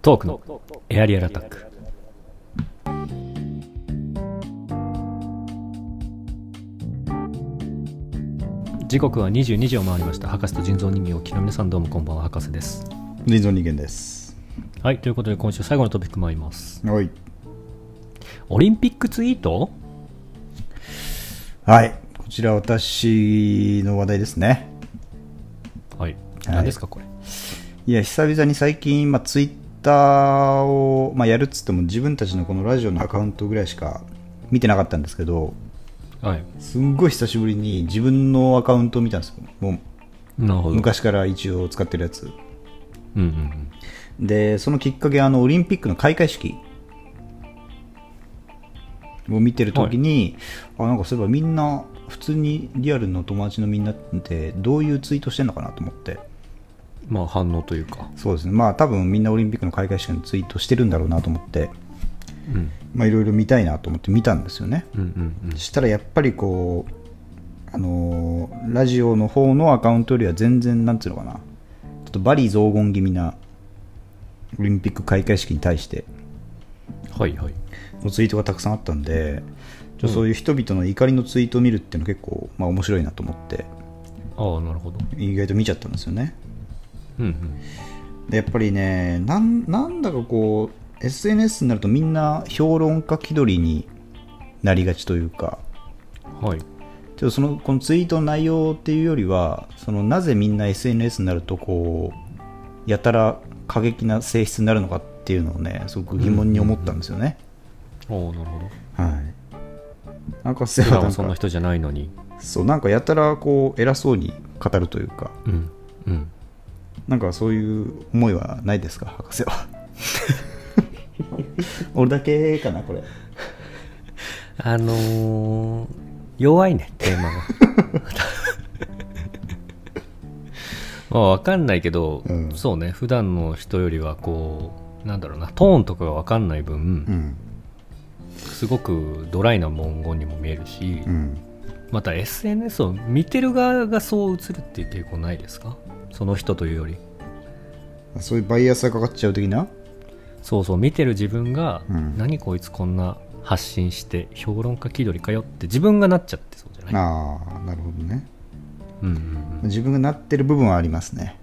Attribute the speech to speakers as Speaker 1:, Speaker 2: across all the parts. Speaker 1: トークのエアリアルアタック時刻は22時を回りました博士と人造人形を木の皆さんどうもこんばんは博士です
Speaker 2: 人造人間です
Speaker 1: はいということで今週最後のトピック参ります
Speaker 2: はい
Speaker 1: オリンピックツイート
Speaker 2: はいこちら私の話題ですね
Speaker 1: はい、何ですかこれ
Speaker 2: いや久々に最近、まあ、ツイッターを、まあ、やるっつっても自分たちのこのラジオのアカウントぐらいしか見てなかったんですけど
Speaker 1: はい
Speaker 2: すんごい久しぶりに自分のアカウントを見たんですよも
Speaker 1: なるほ
Speaker 2: う
Speaker 1: ど
Speaker 2: 昔から一応使ってるやつ
Speaker 1: うんうん
Speaker 2: でそのきっかけあのオリンピックの開会式を見てるときに、あなんかそういえばみんな普通にリアルの友達のみんなってどういうツイートしてんのかなと思って
Speaker 1: うんまあ反応というか
Speaker 2: そうですねまあ多分みんなオリンピックの開会式のツイートしてるんだろうなと思って
Speaker 1: うん
Speaker 2: まあいろいろ見たいなと思って見たんですよね
Speaker 1: うんうん
Speaker 2: そしたらやっぱりこうあのーラジオの方のアカウントよりは全然なんていうのかなちょっとバリ雑言気味なオリンピック開会式に対して
Speaker 1: うんはいはい
Speaker 2: のツイートがたくさんあったんで、ちょそういう人々の怒りのツイートを見るっていうの結構、まあ、面白いなと思って
Speaker 1: ああなるほど
Speaker 2: 意外と見ちゃったんですよね
Speaker 1: うんうん
Speaker 2: でやっぱりねなんなんだかこう SNS になるとみんな評論家気取りになりがちというか
Speaker 1: はい
Speaker 2: ちょっとそのこのツイートの内容っていうよりはそのなぜみんな SNS になるとこうやたら過激な性質になるのかっていうのをねすごく疑問に思ったんですよね、
Speaker 1: ああ なるほど
Speaker 2: はいなんかせ
Speaker 1: 普
Speaker 2: や
Speaker 1: 段
Speaker 2: な
Speaker 1: は
Speaker 2: ん
Speaker 1: そん
Speaker 2: か
Speaker 1: な人じゃないのに
Speaker 2: そうなんかやたらこう偉そうに語るというか
Speaker 1: うんうん
Speaker 2: なんかそういう思いはないですか博士 は俺だけかなこれ
Speaker 1: あのー、弱いねテーマが まあ分かんないけど、
Speaker 2: うん
Speaker 1: そうね普段の人よりはこうなんだろうなトーンとかが分かんない分、
Speaker 2: うん
Speaker 1: すごくドライな文言にも見えるし、
Speaker 2: うん
Speaker 1: また SNS を見てる側がそう映るっていう傾向ないですかその人というより
Speaker 2: そういうバイアスがかかっちゃう的な
Speaker 1: そうそう見てる自分が、
Speaker 2: うん
Speaker 1: 何こいつこんな発信して評論家気取りかよって自分がなっちゃってそうじゃない、
Speaker 2: ああなるほどね
Speaker 1: うんうんうん、
Speaker 2: 自分がなってる部分はありますね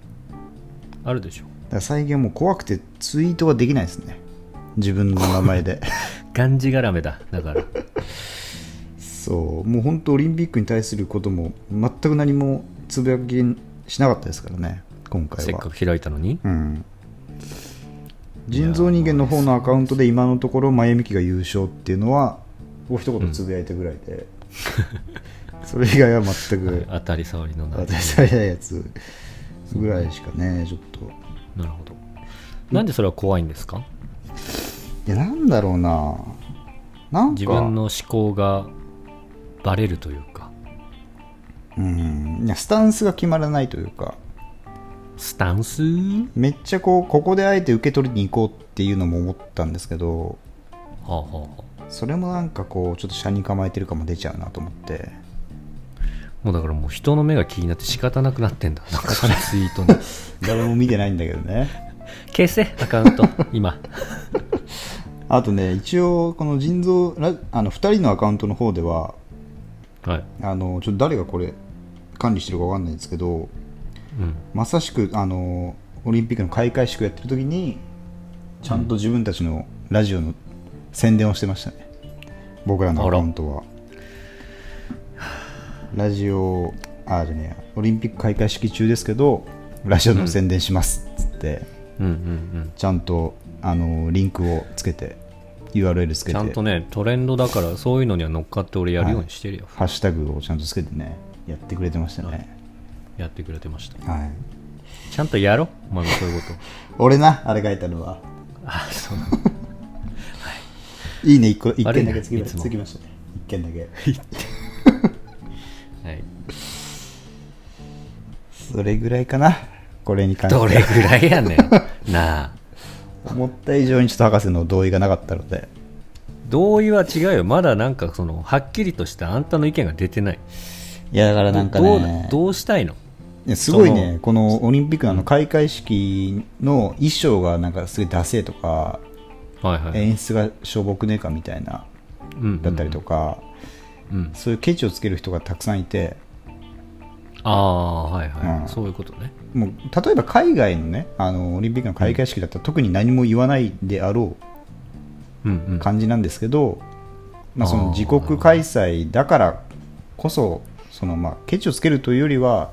Speaker 1: あるでしょ
Speaker 2: だから最近はもう怖くてツイートはできないですね自分の名前 で
Speaker 1: がんじがらめだだから
Speaker 2: そうもう本当オリンピックに対することも全く何もつぶやきしなかったですからね今回は
Speaker 1: せっかく開いたのに
Speaker 2: うん人造人間の方のアカウントで今のところ前向きが優勝っていうのはを一言つぶやいたぐらい で、それ以外は全く
Speaker 1: 当たり障りのない
Speaker 2: 私されないやつぐらいしかねちょっと
Speaker 1: なるほどなんでそれは怖いんですか
Speaker 2: いやなんだろうななんか
Speaker 1: 自分の思考がバレるというか
Speaker 2: うんいやスタンスが決まらないというか
Speaker 1: スタンス
Speaker 2: めっちゃこうここであえて受け取りに行こうっていうのも思ったんですけど
Speaker 1: はあ、はあは
Speaker 2: それもなんかこうちょっと車に構えてるかも出ちゃうなと思っ
Speaker 1: あ、
Speaker 2: て
Speaker 1: もうだからもう人の目が気になって仕方なくなってん だなんかそのツイートに
Speaker 2: 誰も見てないんだけどね
Speaker 1: 消せアカウント今
Speaker 2: あとね、一応、この人造、ラあの、二人のアカウントの方では、
Speaker 1: はい、
Speaker 2: あの、ちょっと誰がこれ、管理してるかわかんないんですけど、
Speaker 1: うん、
Speaker 2: まさしく、あの、オリンピックの開会式をやってる時に、ちゃんと自分たちのラジオの宣伝をしてましたね。僕らのアカウントは。ラジオ、あ、じゃねえやオリンピック開会式中ですけど、ラジオの宣伝します、つって、
Speaker 1: うんうんうん
Speaker 2: ちゃんと、あの、リンクをつけて、URL つけ
Speaker 1: ち
Speaker 2: て。
Speaker 1: ゃんとねトレンドだからそういうのには乗っかって俺やるようにしてるよ、
Speaker 2: ハッシュタグをちゃんとつけてね、やってくれてましたね。
Speaker 1: やってくれてました
Speaker 2: はい。
Speaker 1: ちゃんとやろお前もそういうこ
Speaker 2: 俺な、あれ書いたのは。
Speaker 1: とあそうなの
Speaker 2: いいね、一個、一件だけつ
Speaker 1: い
Speaker 2: き
Speaker 1: つも
Speaker 2: つきましたね。一件だけ。
Speaker 1: はい
Speaker 2: それぐらいかな。これに関
Speaker 1: ど
Speaker 2: して。
Speaker 1: れぐらいやねんなあ
Speaker 2: 思った以上にちょっと博士の同意がなかったので。
Speaker 1: 同意は違うよまだなんかそのはっきりとしたあんたの意見が出てない
Speaker 2: いや、だか
Speaker 1: ど
Speaker 2: ら
Speaker 1: うどうしたいの
Speaker 2: やすごいね、このオリンピックのあの開会式の衣装がなんかすごいダセえとか、
Speaker 1: はいはい、
Speaker 2: 演出がしょぼくねえかみたいな、
Speaker 1: うんうん
Speaker 2: だったりとか、
Speaker 1: うん、
Speaker 2: そういうケチをつける人がたくさんいて、
Speaker 1: ああはいはい、
Speaker 2: うん
Speaker 1: そういうことね
Speaker 2: もう例えば海外のね、あのオリンピックの開会式だったら特に何も言わないであろ
Speaker 1: うんう
Speaker 2: うん感じなんですけど、まあ、そ
Speaker 1: あー
Speaker 2: の自国開催だからこそ、そのまあケチをつけるというよりは、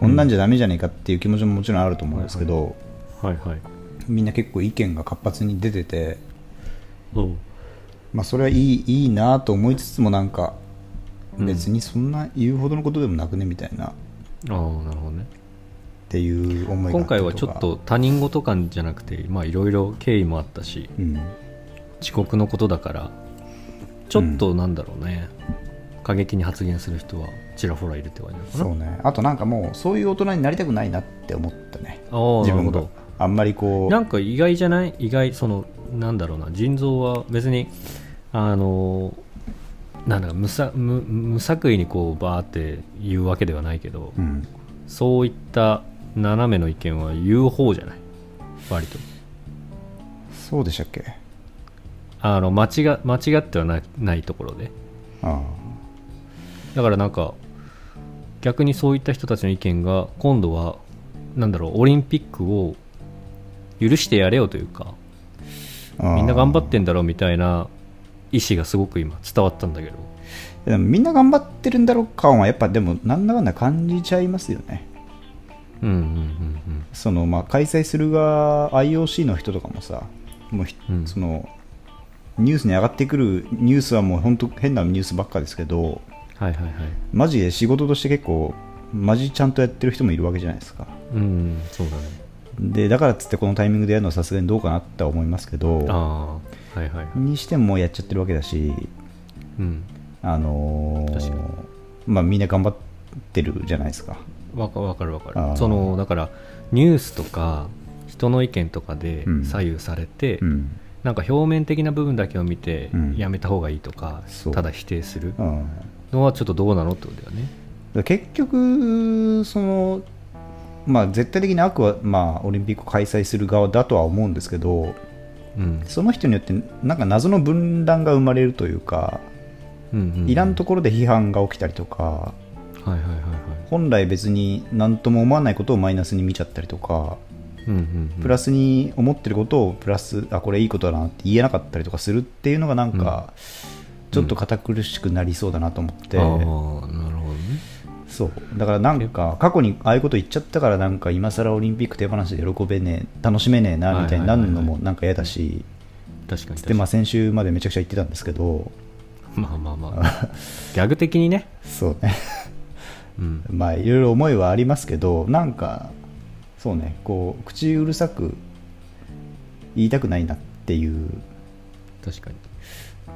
Speaker 2: こんなんじゃダメじゃねえかっていう気持ちももちろんあると思うんですけど、
Speaker 1: はいはい
Speaker 2: みんな結構意見が活発に出てて、
Speaker 1: そう
Speaker 2: まあ、それはいいいいなと思いつつもなんか
Speaker 1: うん
Speaker 2: 別にそんな言うほどのことでもなくねみたいなっ
Speaker 1: ああなるほどね
Speaker 2: ていう思いがあ
Speaker 1: 今
Speaker 2: った
Speaker 1: 回
Speaker 2: り
Speaker 1: はち
Speaker 2: と
Speaker 1: ょっ
Speaker 2: か
Speaker 1: と他人事感じゃなくてまあいろいろ経緯もあったし
Speaker 2: うん
Speaker 1: 遅刻のことだからちょっとなんだろうね、過激に発言する人はちらほらいるって感じなのかな
Speaker 2: そうねあとなんかもうそういう大人になりたくないなって思ったね
Speaker 1: ああ
Speaker 2: 自
Speaker 1: なる
Speaker 2: 分
Speaker 1: ほ
Speaker 2: が
Speaker 1: ど
Speaker 2: あんまりこ
Speaker 1: な
Speaker 2: うん
Speaker 1: か意外じゃない意外そのなんだろうな腎臓は別にあのなんだか無さ無無作為にこうバーって言うわけではないけど、
Speaker 2: うん
Speaker 1: そういった斜めの意見は言う方じゃない割と
Speaker 2: そうでしたっけ
Speaker 1: あの間違間違ってはないないところで
Speaker 2: あ
Speaker 1: だからなんか逆にそういった人たちの意見が今度はなんだろうオリンピックを許してやれよというか
Speaker 2: あ
Speaker 1: みんな頑張ってんだろうみたいな意思がすごく今伝わったんだけど
Speaker 2: てでもみんな頑張ってるんだろう感はやっぱでもなんだかんだ感じちゃいますよね
Speaker 1: うんうんうん
Speaker 2: そのまあ開催する側 IOC の人とかもさもうひ、
Speaker 1: うん
Speaker 2: そのニュースに上がってくるニュースはもう本当変なニュースばっかですけど
Speaker 1: うんはいはいはい
Speaker 2: マジで仕事として結構マジちゃんとやってる人もいるわけじゃないですか
Speaker 1: うんうんそうだね
Speaker 2: でだからっつってこのタイミングでやるのはさすがにどうかなって思いますけど
Speaker 1: ああはいはい
Speaker 2: にしてももうやっちゃってるわけだし
Speaker 1: うん
Speaker 2: あのー
Speaker 1: 確かに
Speaker 2: まあみんな頑張ってるじゃないですか
Speaker 1: わかわかるわか
Speaker 2: あー
Speaker 1: るそのだからニュースとか人の意見とかで
Speaker 2: うん
Speaker 1: 左右されて、
Speaker 2: うん、
Speaker 1: なんか表面的な部分だけを見て
Speaker 2: うん
Speaker 1: やめた方がいいとか、
Speaker 2: そう
Speaker 1: ただ否定する
Speaker 2: うん、だか
Speaker 1: のはちょっとどうなのってことだよね
Speaker 2: ら結局そのまあ絶対的に悪は、まあ、オリンピックを開催する側だとは思うんですけど
Speaker 1: うん
Speaker 2: その人によってなんか謎の分断が生まれるというか
Speaker 1: うんうんうん
Speaker 2: いらんところで批判が起きたりとか
Speaker 1: はいはいはいは
Speaker 2: 本来別に何とも思わないことをマイナスに見ちゃったりとか
Speaker 1: いうんうんうん
Speaker 2: プラスに思ってることをプラスあこれいいことだなって言えなかったりとかするっていうのがなんか、ちょっと堅苦しくなりそうだなと思って、
Speaker 1: ああなるほどね
Speaker 2: そうだからなんか過去にああいうこと言っちゃったからなんか今更オリンピック手放しで喜べねえ楽しめねえなみたいになるのもなんか嫌だし、
Speaker 1: 確かに確か
Speaker 2: で
Speaker 1: に
Speaker 2: まあ、先週までめちゃくちゃ言ってたんですけど
Speaker 1: まあまあまあギャグ的にね、
Speaker 2: そうね
Speaker 1: うん、
Speaker 2: まあいろいろ思いはありますけどなんかそうねこう口うるさく言いたくないなっていう
Speaker 1: 確かに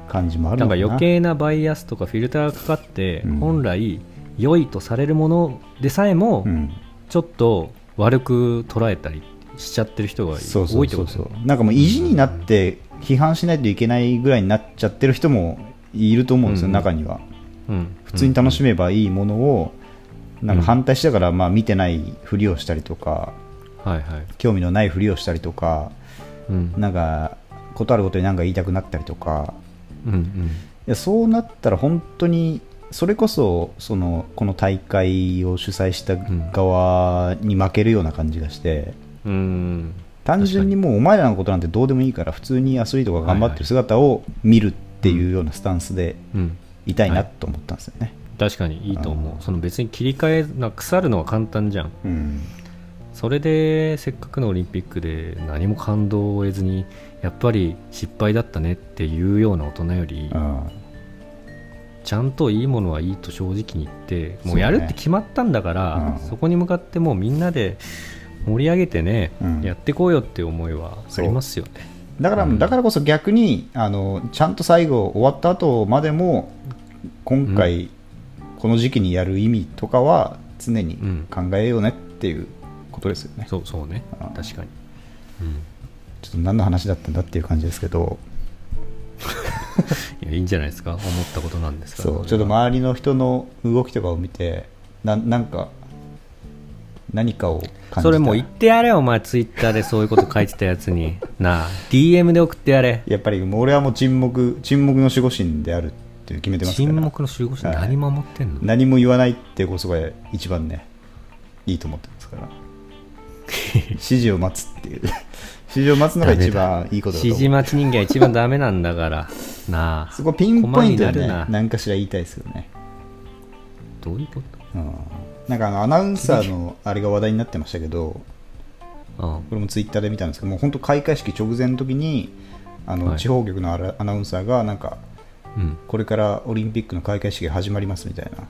Speaker 2: 感じもある
Speaker 1: な
Speaker 2: の
Speaker 1: ん
Speaker 2: か
Speaker 1: か
Speaker 2: な
Speaker 1: 余計なバイアスとかフィルターがかかって、
Speaker 2: うん
Speaker 1: 本来良いとされるものでさえも、
Speaker 2: うん
Speaker 1: ちょっと悪く捉えたりしちゃってる人が
Speaker 2: そうそ
Speaker 1: 多いうって
Speaker 2: そ
Speaker 1: こ
Speaker 2: う
Speaker 1: とだ
Speaker 2: そ
Speaker 1: よね
Speaker 2: うなんかもう意地になって批判しないといけないぐらいになっちゃってる人もいると思うんですよ、
Speaker 1: うん
Speaker 2: 中には
Speaker 1: うん
Speaker 2: 普通に楽しめばいいものをなんか反対したからまあ見てないふりをしたりとか
Speaker 1: はいはい、
Speaker 2: 興味のないふりをしたりとか
Speaker 1: うん、
Speaker 2: なんかことあることになんか言いたくなったりとか
Speaker 1: うんうん
Speaker 2: いやそうなったら本当にそれこそそのこの大会を主催した側に負けるような感じがして、
Speaker 1: うーん
Speaker 2: 単純にもうお前らのことなんてどうでもいいから普通にアスリートが頑張ってる姿を見るっていうようなスタンスで
Speaker 1: うん
Speaker 2: いたいなと思ったんですよね。
Speaker 1: 確かにいいと思
Speaker 2: あー
Speaker 1: うその別に切り替えな腐るのは簡単じゃん
Speaker 2: うん
Speaker 1: それでせっかくのオリンピックで何も感動を得ずにやっぱり失敗だったねっていうような大人より
Speaker 2: うん
Speaker 1: ちゃんといいものはいいと正直に言って
Speaker 2: そうね
Speaker 1: もうやるって決まったんだからそ,、
Speaker 2: うん
Speaker 1: こに向かってもうみんなで盛り上げてね、
Speaker 2: うん
Speaker 1: やってこうよって思いはありますよね
Speaker 2: だから
Speaker 1: うん
Speaker 2: だからこそ逆にあのちゃんと最後終わった後までも今回この時期にやる意味とかは常に
Speaker 1: うん
Speaker 2: 考えようねっていうことですよね。
Speaker 1: そうそうね
Speaker 2: あー
Speaker 1: 確かに、
Speaker 2: ちょっと何の話だったんだっていう感じですけど
Speaker 1: うん、いやいいんじゃないですか思ったことなんですから
Speaker 2: そうちょっと
Speaker 1: ま
Speaker 2: 周りの人の動きとかを見てななんか何かを感じた
Speaker 1: それもう言ってやれよお前ツイッターでそういうこと書いてたやつ になあ DM で送ってやれ
Speaker 2: やっぱりもう俺はもう沈黙沈黙の守護神であるって決めてますから
Speaker 1: 沈黙の守護神
Speaker 2: はい
Speaker 1: 何守ってんの、
Speaker 2: 何も言わないってこそが一番ねいいと思ってますから 指示を待つっていう 指示を待つのが一番いいことだと
Speaker 1: 指示
Speaker 2: 思う
Speaker 1: 待ち人間は一番ダメなんだからなあ
Speaker 2: そこピンポイント
Speaker 1: 駒
Speaker 2: で
Speaker 1: になる
Speaker 2: ね
Speaker 1: な
Speaker 2: 何かしら言いたいですよね、
Speaker 1: どういうこと
Speaker 2: うん、なんかあのアナウンサーのあれが話題になってましたけど
Speaker 1: うん
Speaker 2: これもツイッターで見たんですけどもう本当開会式直前の時にあの、
Speaker 1: はい
Speaker 2: 地方局のアナアナウンサーがなんか
Speaker 1: うん
Speaker 2: これからオリンピックの開会式が始まりますみたいな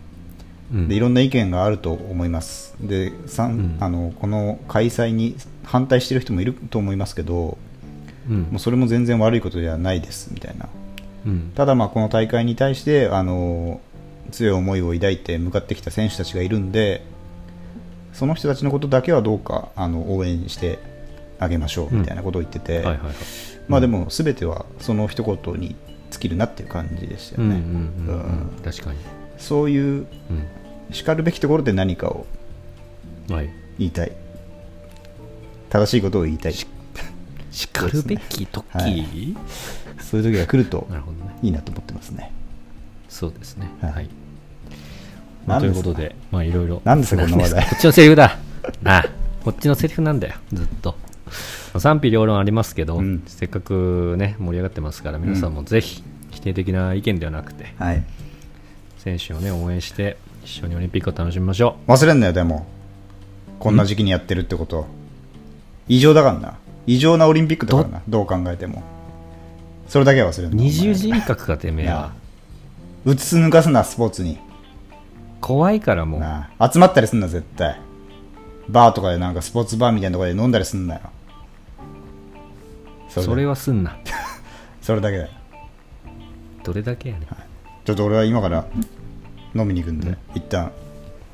Speaker 1: うん
Speaker 2: でいろんな意見があると思いますで、さ
Speaker 1: う
Speaker 2: ん
Speaker 1: ん
Speaker 2: あのこの開催に反対している人もいると思いますけど
Speaker 1: う
Speaker 2: もうんそれも全然悪いことではないですみたいな
Speaker 1: うん
Speaker 2: ただ、まあこの大会に対してあの強い思いを抱いて向かってきた選手たちがいるんでその人たちのことだけはどうかあの応援してあげましょうみたいなことを言ってて、
Speaker 1: はいはいはい
Speaker 2: まあでも全てはその一言に尽きるなっていう感じでした
Speaker 1: うん
Speaker 2: よ
Speaker 1: う
Speaker 2: ね、
Speaker 1: んうん
Speaker 2: うん
Speaker 1: うん確かに
Speaker 2: そういうしかるべきところで何かを
Speaker 1: うんはい
Speaker 2: 言いたい正しいことを言いたい
Speaker 1: しかるべき時、
Speaker 2: はいそういう時が来 ると
Speaker 1: なるほどね
Speaker 2: いいなと思ってますね
Speaker 1: そうですね
Speaker 2: はい
Speaker 1: はいまあ
Speaker 2: なん
Speaker 1: とい
Speaker 2: で
Speaker 1: う
Speaker 2: すか
Speaker 1: ことでまあいろいろ
Speaker 2: なんですかこの話題
Speaker 1: なんですかこっちのセリフだ なあこっちのセリフなんだよずっと賛否両論ありますけど、
Speaker 2: うん
Speaker 1: せっかくね盛り上がってますから皆さんもぜひ否定的な意見ではなくて
Speaker 2: はい
Speaker 1: 選手をね応援して一緒にオリンピックを楽しみましょ
Speaker 2: 忘れんなよでもこんな時期にやってるってこと異常だからな異常なオリンピックだからなどう考えてもそれだけは忘れん
Speaker 1: う
Speaker 2: な
Speaker 1: 二重人格かてめえは
Speaker 2: なうつつ抜かすなスポーツに
Speaker 1: 怖いからもう
Speaker 2: なあ集まったりすんな絶対バーとかでなんかスポーツバーみたいなところで飲んだりすんなよそれ
Speaker 1: それはすんな
Speaker 2: それだけだよ
Speaker 1: どれだけやねん
Speaker 2: ちょっと俺は今から飲みに行くんで、一旦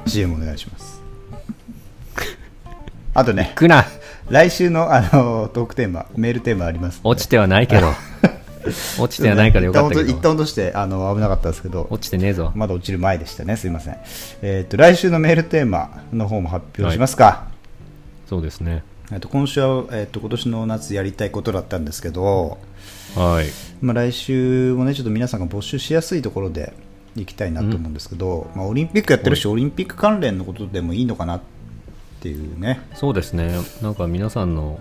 Speaker 2: CM お願いし ますあとね
Speaker 1: 行くな
Speaker 2: 来週のあのトークテーマメールテーマありますんで
Speaker 1: 落ちてはない けど落ちてはないからよかったけ
Speaker 2: ちょとね一
Speaker 1: ど
Speaker 2: 旦落としてあの危なかったですけど
Speaker 1: 落ちてねえぞ
Speaker 2: まだ落ちる前でしたねすいませんえっ、と来週のメールテーマの方も発表しますか、
Speaker 1: そうですね
Speaker 2: えっと今週は、えっと今年の夏やりたいことだったんですけど、
Speaker 1: はい
Speaker 2: まあ、来週もねちょっと皆さんが募集しやすいところで行きたいなと思うんですけど、まあ、オリンピックやってるし、オリンピック関連のことでもいいのかなっていうね、
Speaker 1: そうですねなんか皆さんの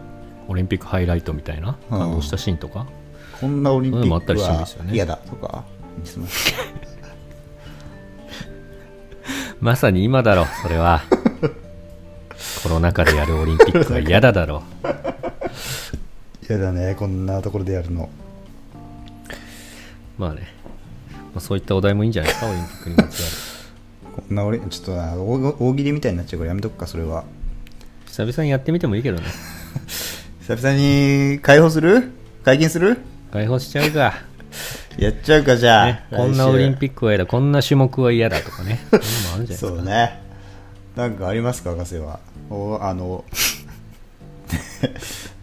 Speaker 1: オリンピックハイライトみたいな
Speaker 2: うん
Speaker 1: 感動したシーンとか、
Speaker 2: こんなオリンピ
Speaker 1: そういうのもあ
Speaker 2: ッ
Speaker 1: ったり
Speaker 2: ク
Speaker 1: するん
Speaker 2: は
Speaker 1: ですよね
Speaker 2: 嫌だとか、すいません
Speaker 1: まさに今だろそれは コロナ禍でやるオリンピック は嫌だだろ
Speaker 2: 嫌だね、こんなところでやるの。
Speaker 1: まあね、まあ、そういったお題もいいんじゃないですかオリンピックにまつわる
Speaker 2: こんな俺ちょっとな大大喜利みたいになっちゃうからやめとくか、それは。
Speaker 1: 久々にやってみてもいいけどね
Speaker 2: 久々に解放する解禁する
Speaker 1: 解放しちゃう か、
Speaker 2: やっちゃうか、じゃあ。
Speaker 1: ね、こんなオリンピ
Speaker 2: ッ
Speaker 1: ックは嫌だこんな種目は嫌だとかねそういうのもあるんじゃないですか
Speaker 2: そうね。なんかありますか、博士は。おあの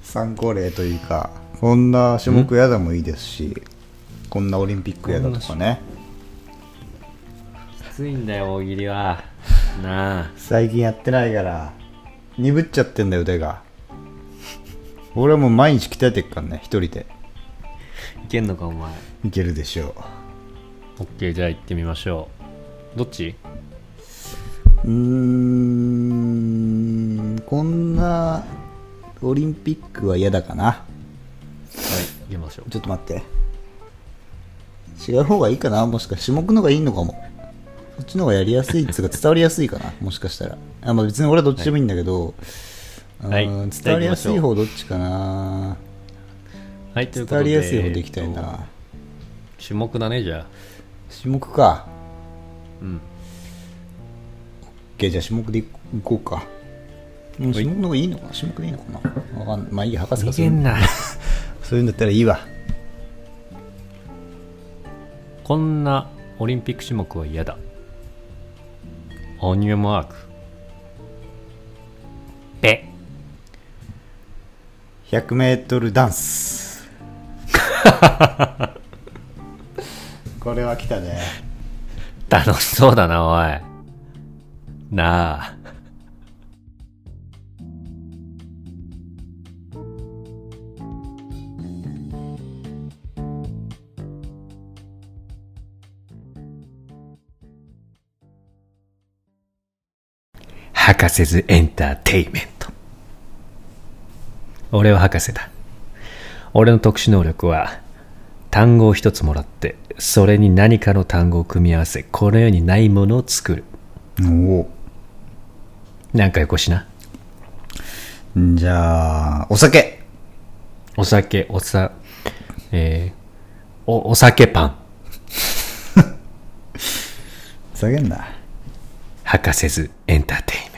Speaker 2: 参考例というか、こんな種目やだもいいですし、こんなオリンピックやだとかね。
Speaker 1: きついんだよ大喜利はなあ
Speaker 2: 最近やってないから鈍っちゃってんだよ腕が俺はもう毎日鍛えてっからね一人で
Speaker 1: いけんのかお前
Speaker 2: いけるでしょ
Speaker 1: OK じゃあ行ってみましょうどっち
Speaker 2: ううーんこんなオリンピックは嫌だかな
Speaker 1: はい行きましょう
Speaker 2: ちょっと待って違う方がいいかなもしかして種目の方がいいのかもそっちの方がやりやすいっつうか伝わりやすいかなもしかしたらあ、まあ、別に俺はどっちでもいいんだけど、
Speaker 1: はい
Speaker 2: うん
Speaker 1: はい
Speaker 2: 伝わりやすい方どっちかな
Speaker 1: はいというこ
Speaker 2: 伝わ
Speaker 1: と
Speaker 2: り
Speaker 1: で
Speaker 2: やすい方でいきたい
Speaker 1: え
Speaker 2: な、
Speaker 1: っと種目だねじゃあ
Speaker 2: 種目か
Speaker 1: うん
Speaker 2: じゃあ種目でいこうかもう種目の方がいいのかな種目でいいのかなわかんないまあいいや博士がそうい
Speaker 1: けん
Speaker 2: う
Speaker 1: な
Speaker 2: そういうんだったらいいわ
Speaker 1: こんなオリンピック種目は嫌だオニューマークペ
Speaker 2: 100m ダン スこれは来たね
Speaker 1: 楽しそうだなおいなあ博士ズエンターテイメント。俺は博士だ。俺の特殊能力は、単語を一つもらって、それに何かの単語を組み合わせ、この世にないものを作る。
Speaker 2: お
Speaker 1: なんかよこしな。
Speaker 2: おじゃあお酒
Speaker 1: お酒、おさ、えーお、お酒パン。
Speaker 2: ふざけんな
Speaker 1: 博士ズエンターテインメント。